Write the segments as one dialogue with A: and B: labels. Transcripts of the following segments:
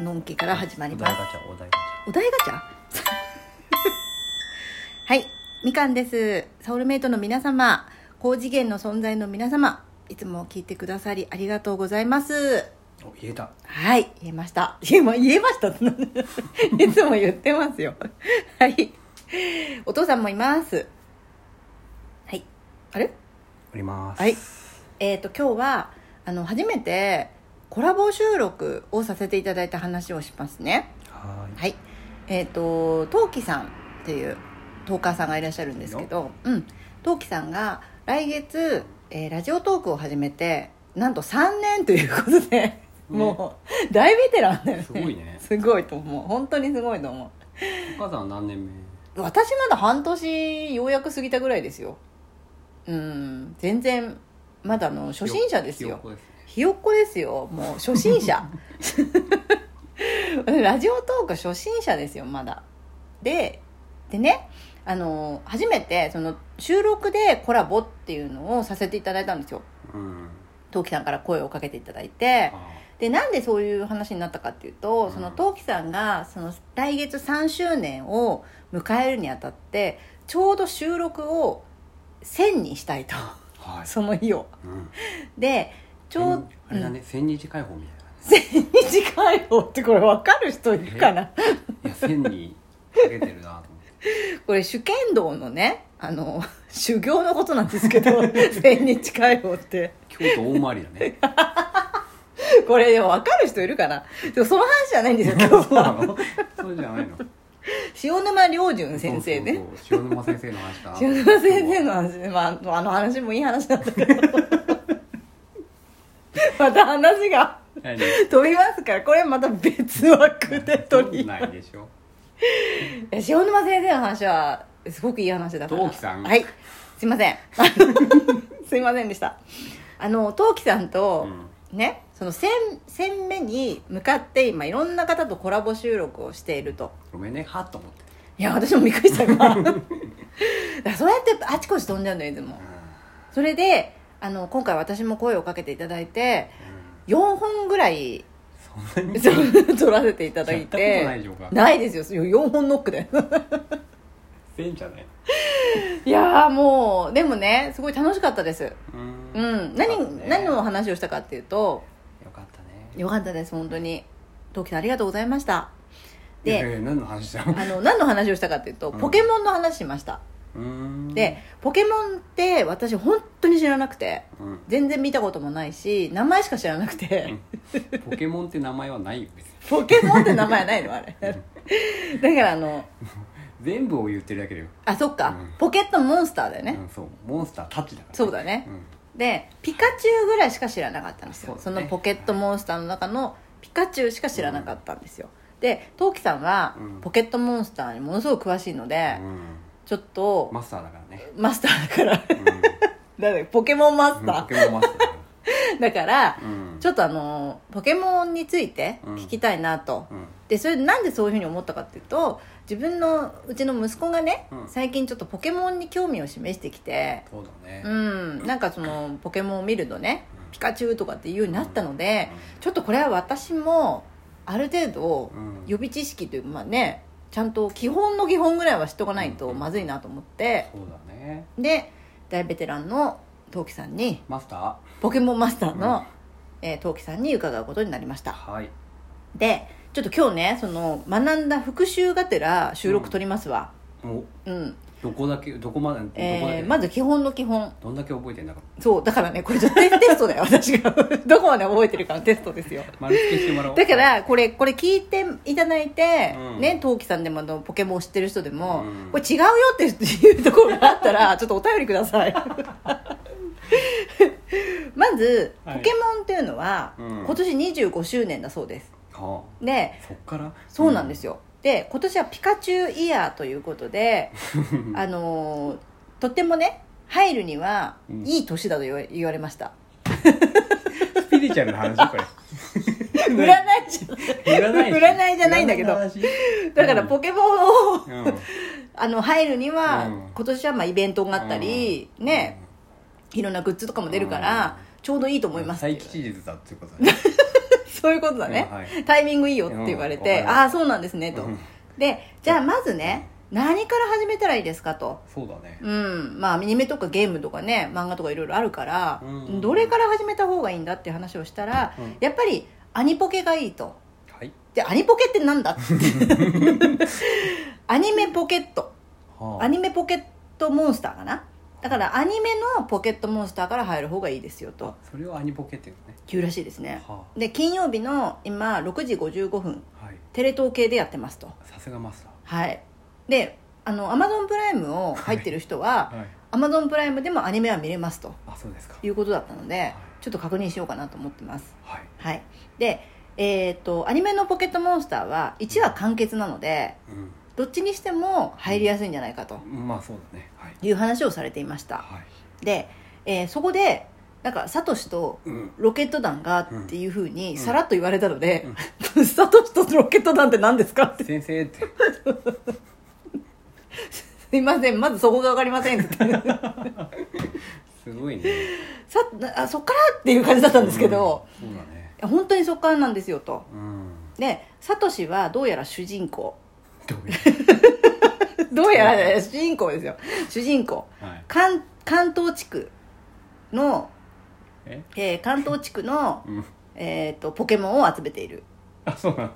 A: のんけから始まり
B: お
A: ま
B: 題
A: す
B: ガチャお題ガ
A: お題ガチャ はいみかんですソウルメイトの皆様高次元の存在の皆様いつも聞いてくださりありがとうございます
B: チャお言えた
A: はい言えました 言えま言えましたいつも言ってますよ はいお父さんもいますはいあれ
B: おります
A: はいえー、と今日はあの初めてコラボ収録をさせていただいた話をしますね
B: はーい
A: はいえっ、とトウキさんっていうトーカーさんがいらっしゃるんですけどうんトウキさんが来月、えーラジオトークを始めてなんと3年ということで、もう大ベテランだよね
B: すご いね
A: すごいと思う本当にすごいと思
B: お母さんは何年目
A: う私まだ半年ようやく過ぎたぐらいですようん全然まだあの初心者ですよ
B: ひよっこですね
A: ひよっこですよもう初心 者ラジオトーク初心者ですよまだででねあの初めてその収録でコラボっていうのをさせていただいたんですよ
B: うん
A: トウキさんから声をかけていただいて
B: あ
A: でなんでそういう話になったかっていうと、そのトウキさんがその来月3周年を迎えるにあたってちょうど収録を1000にしたいと
B: ーはい
A: その日を
B: うん
A: でちょう
B: 千あれだね千日解放みたいなね
A: 二次解放ってこれ分かる人いるかない
B: や千にかけてるなと思って
A: これ主剣道のねあの 修行のことなんですけ ど千日解放って
B: 京都大回りだね
A: これでも分かる人いるかなで もその話じゃないん ですよ今日
B: そうな
A: は
B: の そうじゃないの
A: 塩沼良純先生ね
B: そうそうそう塩沼先生の話かな
A: 塩沼先生の話ね、まああの、あの話もいい話だったけど また話が
B: 何
A: 飛びますからこれまた別枠で取
B: そ
A: り
B: んないでしょ
A: いや塩沼先生の話はすごくいい話だから
B: 陶器さん
A: はいすいませ んすいませんでしたあの陶器さんと、ねその戦戦目に向かって今いろんな方とコラボ収録をしていると
B: ごめんねはっと思って
A: いや私もびっくりしたから だからそうやってあちこち飛んじゃうんだよいつもそれであの今回私も声をかけていただいて4本ぐらい
B: そんなに
A: そう撮らせていただいて
B: やったことないでしょうか
A: ないですよ4本ノックで
B: せんじゃない
A: いやーもうでもねすごい楽しかったです
B: うん
A: うん何,、
B: よかったね
A: 何の話をしたかっていうと
B: よかったね
A: よかったです本当にトキさんありがとうございました
B: いやい
A: で
B: や何の話だろ
A: あの何の話をしたかっていうと
B: うん
A: ポケモンの話しました、
B: ううん
A: でポケモンって私本当に知らなくて
B: うん
A: 全然見たこともないし名前しか知らなくて、
B: ポケモンって名前はないよ別に
A: ポケモンって名前ないのあれだからあの
B: 全部を言ってるだけだよ
A: あそっか、
B: うん
A: ポケットモンスターだよね、
B: うんそうモンスタータッチだから
A: そうだね
B: ん
A: でピカチュウぐらいしか知らなかったんですよそ,、
B: そうだね
A: のポケットモンスターの中のピカチュウしか知らなかったんですよ、でトウキさんは
B: うん
A: ポケットモンスターにものすごく詳しいので、
B: うん
A: ちょっと
B: マスターだからね
A: マスターだから
B: うん
A: なんだっけポケモンマスタ
B: ポ
A: ー、
B: ケモンマスターだか
A: だから
B: らうん
A: ちょっとあのポケモンについて聞きたいなと、
B: うん
A: でそれでなんでそういうふうに思ったかっていうと自分のうちの息子がね、
B: うん
A: 最近ちょっとポケモンに興味を示してきて
B: そうだね
A: うん、なんかそのポケモンを見るとね
B: うん
A: ピカチュウとかっていうようになったので、
B: う
A: ちょっとこれは私もある程度
B: うん
A: 予備知識というか、まあね、ちゃんと基本の基本ぐらいは知っとかないと
B: うん
A: まずいなと思って
B: そうだね
A: で大ベテランの陶器さんに
B: マスター
A: ポケモンマスター
B: う
A: の、えー陶器さんに伺うことになりました
B: はい
A: でちょっと今日ねその学んだ復習がてら収録取りますわ
B: お
A: うん、
B: どこだけどこまでどこだ
A: え
B: け
A: ーまず基本の基本
B: どんだけ覚えてんだか
A: そうだからねこれちょっとテテストだよ 私がどこまで覚えてるかのテストですよ
B: 丸付けしてもらおう
A: だからこれこれ聞いていただいて、
B: うん
A: ね陶器さんでもあのポケモンを知ってる人でも、
B: うん
A: これ違うよっていうところがあったら ちょっとお便りくださいまず、
B: はい
A: ポケモンっていうのは、
B: うん
A: 今年25周年だそうです
B: は
A: で
B: あそっから
A: そうなんです
B: よ
A: よ、で今年はピカチュウイヤーということ であのーとってもね入るには
B: うん
A: いい年だと言わ言われました、
B: スピリチュアルの話これ
A: 占いじ
B: 占 い
A: 占いじゃないんだけどゃだからポケモンを
B: ケモン
A: あの入るには、
B: うん
A: 今年はまあイベントがあったり、ねいろんなグッズとかも出るから、ちょうどいいと思いますってい
B: 再
A: う
B: 吉日だっていうことだね
A: そういうことだね、
B: うんはい
A: タイミングいいよって言われて、
B: うんわかる
A: ああそうなんですねと、
B: うん
A: でじゃあまずね何から始めたらいいですかと
B: そうだね
A: うんまあアニメとかゲームとかね漫画とかいろいろあるから、
B: うん
A: どれから始めた方がいいんだっていう話をしたら、
B: うん
A: やっぱりアニポケがいいと
B: はい
A: でアニポケってなんだって アニメポケット
B: はあ
A: アニメポケットモンスターかなだからアニメのポケットモンスターから入る方がいいですよと
B: あそれをアニポケっていうのね
A: 言うらしいですね
B: は
A: で金曜日の今6時55分
B: あはい
A: テレ東系でやってますと
B: さすがマス
A: はいであのアマゾンプライムを入ってる人
B: ター
A: は
B: はい
A: アマゾンプライムでもアニメは見れますと
B: あそうですか
A: いうことだったのでちょっと確認しようかなと思ってます
B: はい
A: はいでえっとアニメの「ポケットモンスター」は1話完結なのでどっちにしても入りやすいんじゃないかと
B: うんまあそうだねはい
A: いう話をされていました
B: はい
A: で、えーそこでなんかサトシと
B: うん
A: ロケット団がっていうふうに
B: ん
A: さらっと言われたので、サトシとロケット団って何ですか って
B: 先生って
A: すいませんまずそこが分かりませんって言って
B: すごいね
A: さあそっからっていう感じだったんですけど、
B: うんそうだね
A: 本当にそっからなんですよと
B: うん
A: でサトシはどうやら主人 公
B: どう いう
A: どうやら、ね、主人公ですよ主人公
B: はい
A: 関関東地区の、
B: え
A: えー関東地区の、
B: うん
A: えー、とポケモンを集めている、
B: あそうなん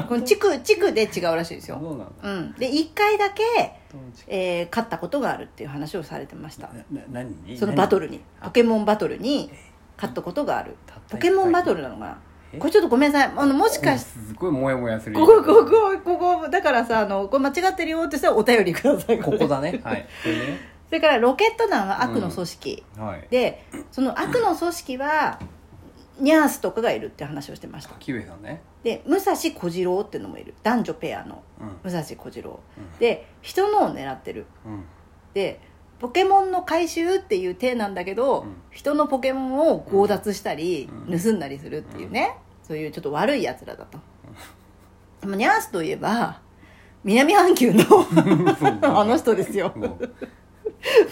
A: うん、この地区地区で違うらしいです
B: そ
A: よ、
B: うなんだ
A: うん、で1回だけ、
B: どの地区
A: えー勝ったことがあるっていう話をされてました
B: なな何に
A: そのバトルにポケ
B: モン
A: モンバトルに勝ったことがある
B: たった
A: ポケモンバト
B: ル
A: ルなのかな
B: え
A: これちょっとごめんなさいあのもしかして
B: すごいモヤモヤする
A: ここここここだからさあのこれ間違ってるよってしたらお便りください
B: ここだねはいこれね
A: それからロケット団は悪の組織、
B: はい
A: でその悪の組織はニャースとかがいるって話をしてました
B: キウエさんね
A: で武蔵小次郎っていうのもいる男女ペアの
B: う
A: 武
B: ん
A: 蔵小次郎
B: うん
A: で人のを狙ってる
B: うん
A: でポケモンの回収っていう体なんだけど、
B: うん
A: 人のポケモンを強奪したり、
B: うん
A: 盗んだりするっていうね、そういうちょっと悪いやつらだと、でもニャースといえば南半球の あの人ですよ
B: もう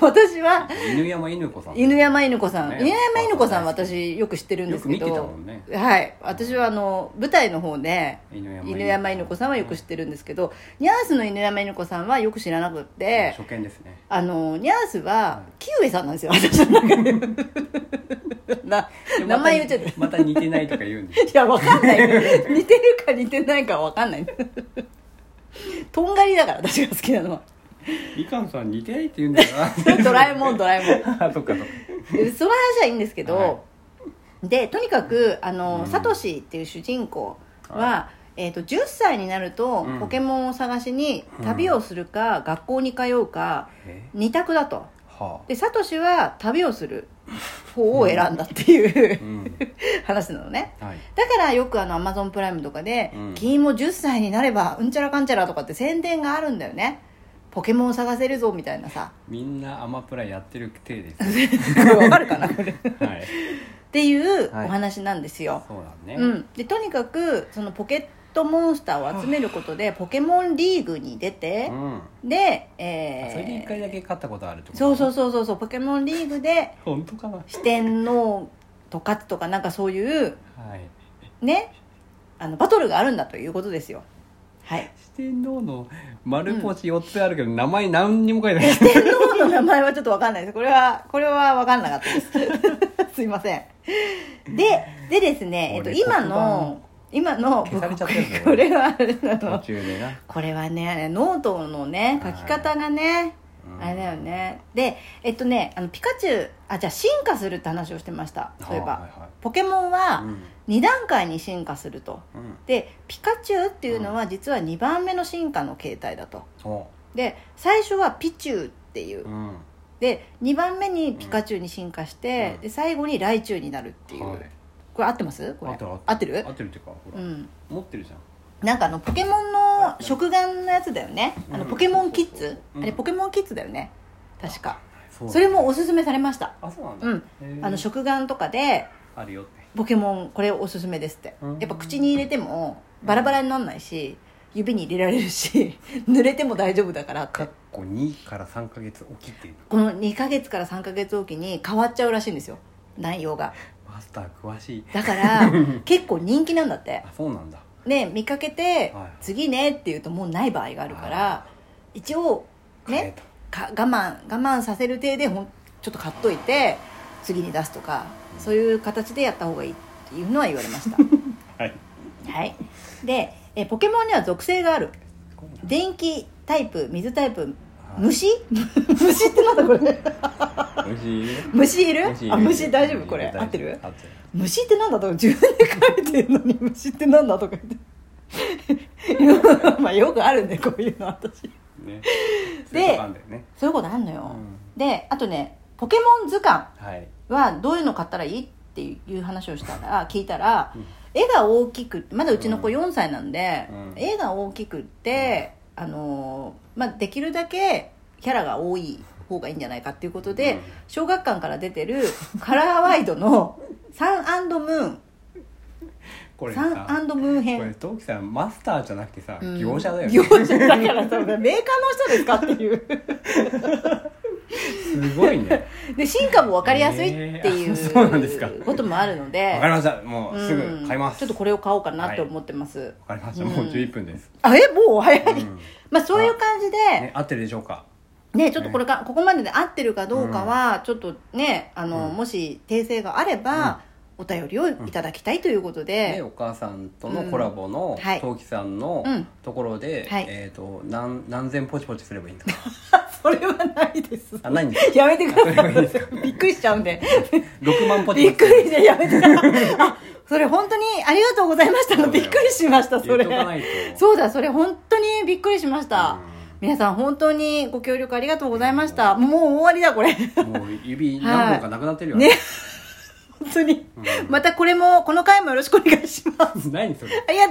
A: 私は
B: 犬山犬子さん
A: 犬山犬子さん、
B: ね
A: 犬山犬子さん
B: パーソナリテ
A: 私よく知ってるんですけ
B: よく見てた
A: ど
B: もんね
A: はい私はあの舞台の方で
B: 犬山
A: 犬山犬子さんはよく知ってるんですけど、ニャースの犬山犬子さんはよく知らなくって、
B: 初見ですね
A: あのニャース
B: は
A: はいキウエさんなんですよ私の中でな名前言っちゃって
B: また似てないとか言うんで
A: いやわかんない似てるか似てないかわかんないとんがりだから私が好きな のは
B: いかんさん似てないって言うんだよな
A: ドラえもんドラえもん
B: あそっかそっか
A: その話はいいんですけど、
B: は
A: でとにかくあの、
B: うん
A: サトシっていう主人公は、
B: は
A: えー、と10歳になると、
B: うん
A: ポケモンを探しに旅をするか、学校に通うか
B: え
A: 二択だと
B: はあ
A: でサトシは旅をする方を選んだっていう
B: うん
A: 話なのね
B: はい
A: だからよくあのアマゾンプライムとかで
B: うん
A: 「君も10歳になればうんちゃらかんちゃら」とかって宣伝があるんだよねポケモンを探せるぞみたいなさ
B: みんなアマプラやってる体ですね
A: これわかるかなこれっ
B: はい
A: ていう
B: はい
A: お話なんですよ、
B: そうだね
A: うん、でとにかくそのポケットモンスターを集めることでポケモンリーグに出て
B: うん
A: で、
B: あそれで
A: えー、
B: 一回だけ勝ったことあるってこと
A: そうそううそうそうそうポケモンリーグで
B: 本当かな
A: 四天王と勝つとかなんかそういう
B: はい
A: ねあのバトルがあるんだということですよはい
B: 四天王の丸星4つあるけど名前何にも書いてない
A: 四天王の名前はちょっと分かんないですこれはこれは分かんなかった ですすいませんででですね、えっと、
B: 俺
A: 今
B: 黒板
A: の今の
B: 消されちゃってるぞ
A: これはあれな
B: 途
A: の
B: 中でな
A: これはねノートのね書き方がね
B: うん
A: あれだよねでえっとねあのピカチュウあじゃあ進化するって話をしてましたそういえば、
B: はいはいはい
A: ポケモンは
B: うん
A: 2段階に進化すると、
B: うん
A: でピカチュウっていうのは実は2番目の進化の形態だと
B: そ
A: で最初はピチュウっていう
B: ううん
A: で2番目にピカチュウに進化して、
B: うん
A: で最後にライチュウになるっていう、
B: はい
A: これ合ってますこれ
B: 合ってる
A: 合ってる
B: 合ってるっていうかほ
A: う
B: ら
A: ん
B: 持ってるじゃん
A: なんかあのポケモンの食玩のやつだよねあの
B: うん
A: ポケモンキッズ、
B: うん
A: あれポケモンキッズだよね確か
B: そ
A: それもおすすめされました
B: あそうなんだ
A: うん
B: へー
A: あの食玩とかで
B: あるよって
A: ポケモンこれおすすめですって
B: うん
A: やっぱ口に入れてもバラバラになんないし指に入れられるし 濡れても大丈夫だからっ
B: かってこ2から3か月起きっていう
A: この2ヶ月から3ヶ月おきに変わっちゃうらしいんですよ内容が
B: のマスター詳しい
A: だから結構人気なんだって
B: あそうなんだ
A: ね見かけて
B: はい
A: 「次ね」って言うともうない場合があるから
B: は
A: 一応
B: 買え
A: ね
B: と
A: か我慢我慢させる体でほんちょっと買っといて次に出すとかそういう形でやった方がいいっていうのは言われました
B: はい
A: はいでえポケモンには属性がある
B: すごいな
A: 電気タイプ水タイプ
B: はい
A: 虫虫ってなんだこ れ
B: 虫いる
A: 虫いる
B: いる
A: あ虫大丈夫これ
B: 大丈夫
A: 合ってる
B: 合ってる
A: 虫ってなんだとか自分で書いてるのに虫ってなんだとか言って まあよくあるねこういうの私
B: ね
A: で
B: そういうパターンだよね
A: そういうことあんのよ、
B: う
A: であとねポケモン図鑑
B: はい
A: はどういうの買ったらいいっていう話をしたら聞いたら、
B: うん
A: 絵が大きくまだうちの子
B: うん
A: 4歳なんで、
B: うん
A: 絵が大きくって、あのーまあ、できるだけキャラが多い方がいいんじゃないかっていうことで、
B: うん
A: 小学館から出てるカラーワイドの「サンムーン」
B: これ
A: サ
B: さ
A: ンムーン
B: これ
A: 編
B: トキさんマスターじゃなくてさ、
A: うん
B: 業者だよ、ね、
A: 業者だからさメーカーの人ですかっていう
B: すごい ね
A: で進化も分かりやすいってい
B: えーあそうなんですか
A: うこともあるので
B: わかりましたもうすぐ買いま
A: う
B: す、
A: んちょっとこれを買おうかなって思ってます、
B: わかりましたもううん11分です、
A: あえもう早い、
B: うん
A: まあそういう感じで
B: ね
A: ね、
B: 合ってるでしょうか
A: ちょっとこれかここまでで合ってるかどうかはちょっとねあの、
B: うん
A: もし訂正があれば、お便りをいただきたいということ
B: ね、
A: で、
B: お母さんとのコラボの
A: うんはい
B: トウキさんの
A: うん
B: ところで、
A: はい
B: えー、と何何千ポチポチすればいいんです か
A: それはないです
B: あないんですか
A: やめてくだ
B: それはいい
A: さ いびっくりしちゃうんで
B: 6万ポチ
A: び
B: ポ
A: っ
B: チ
A: くりしてやめてあそれ本当にありがとうございましたの
B: そうだ
A: び
B: よ
A: っくりしましたそれ
B: 言っとかないと
A: そうだそれ本当にびっくりしました、
B: う
A: 皆さん本当にご協力ありがとうございました、もう終わりだこれ
B: もう指何本かなくなってるよ
A: ね本当に、またこれもこの回もよろしくお願いします
B: 何それ
A: ありがとう